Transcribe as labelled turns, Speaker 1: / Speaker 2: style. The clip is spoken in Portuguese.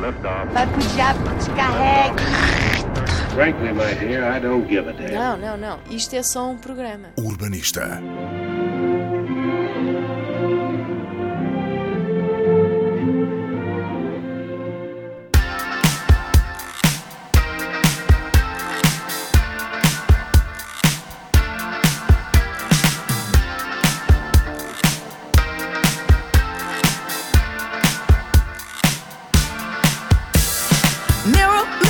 Speaker 1: Liftoff.
Speaker 2: Vai pro diabo que te carregue.
Speaker 1: Frankly, my dear, I don't give a damn.
Speaker 3: Não, não, não. Isto é só um programa.
Speaker 4: Urbanista.
Speaker 5: Mirror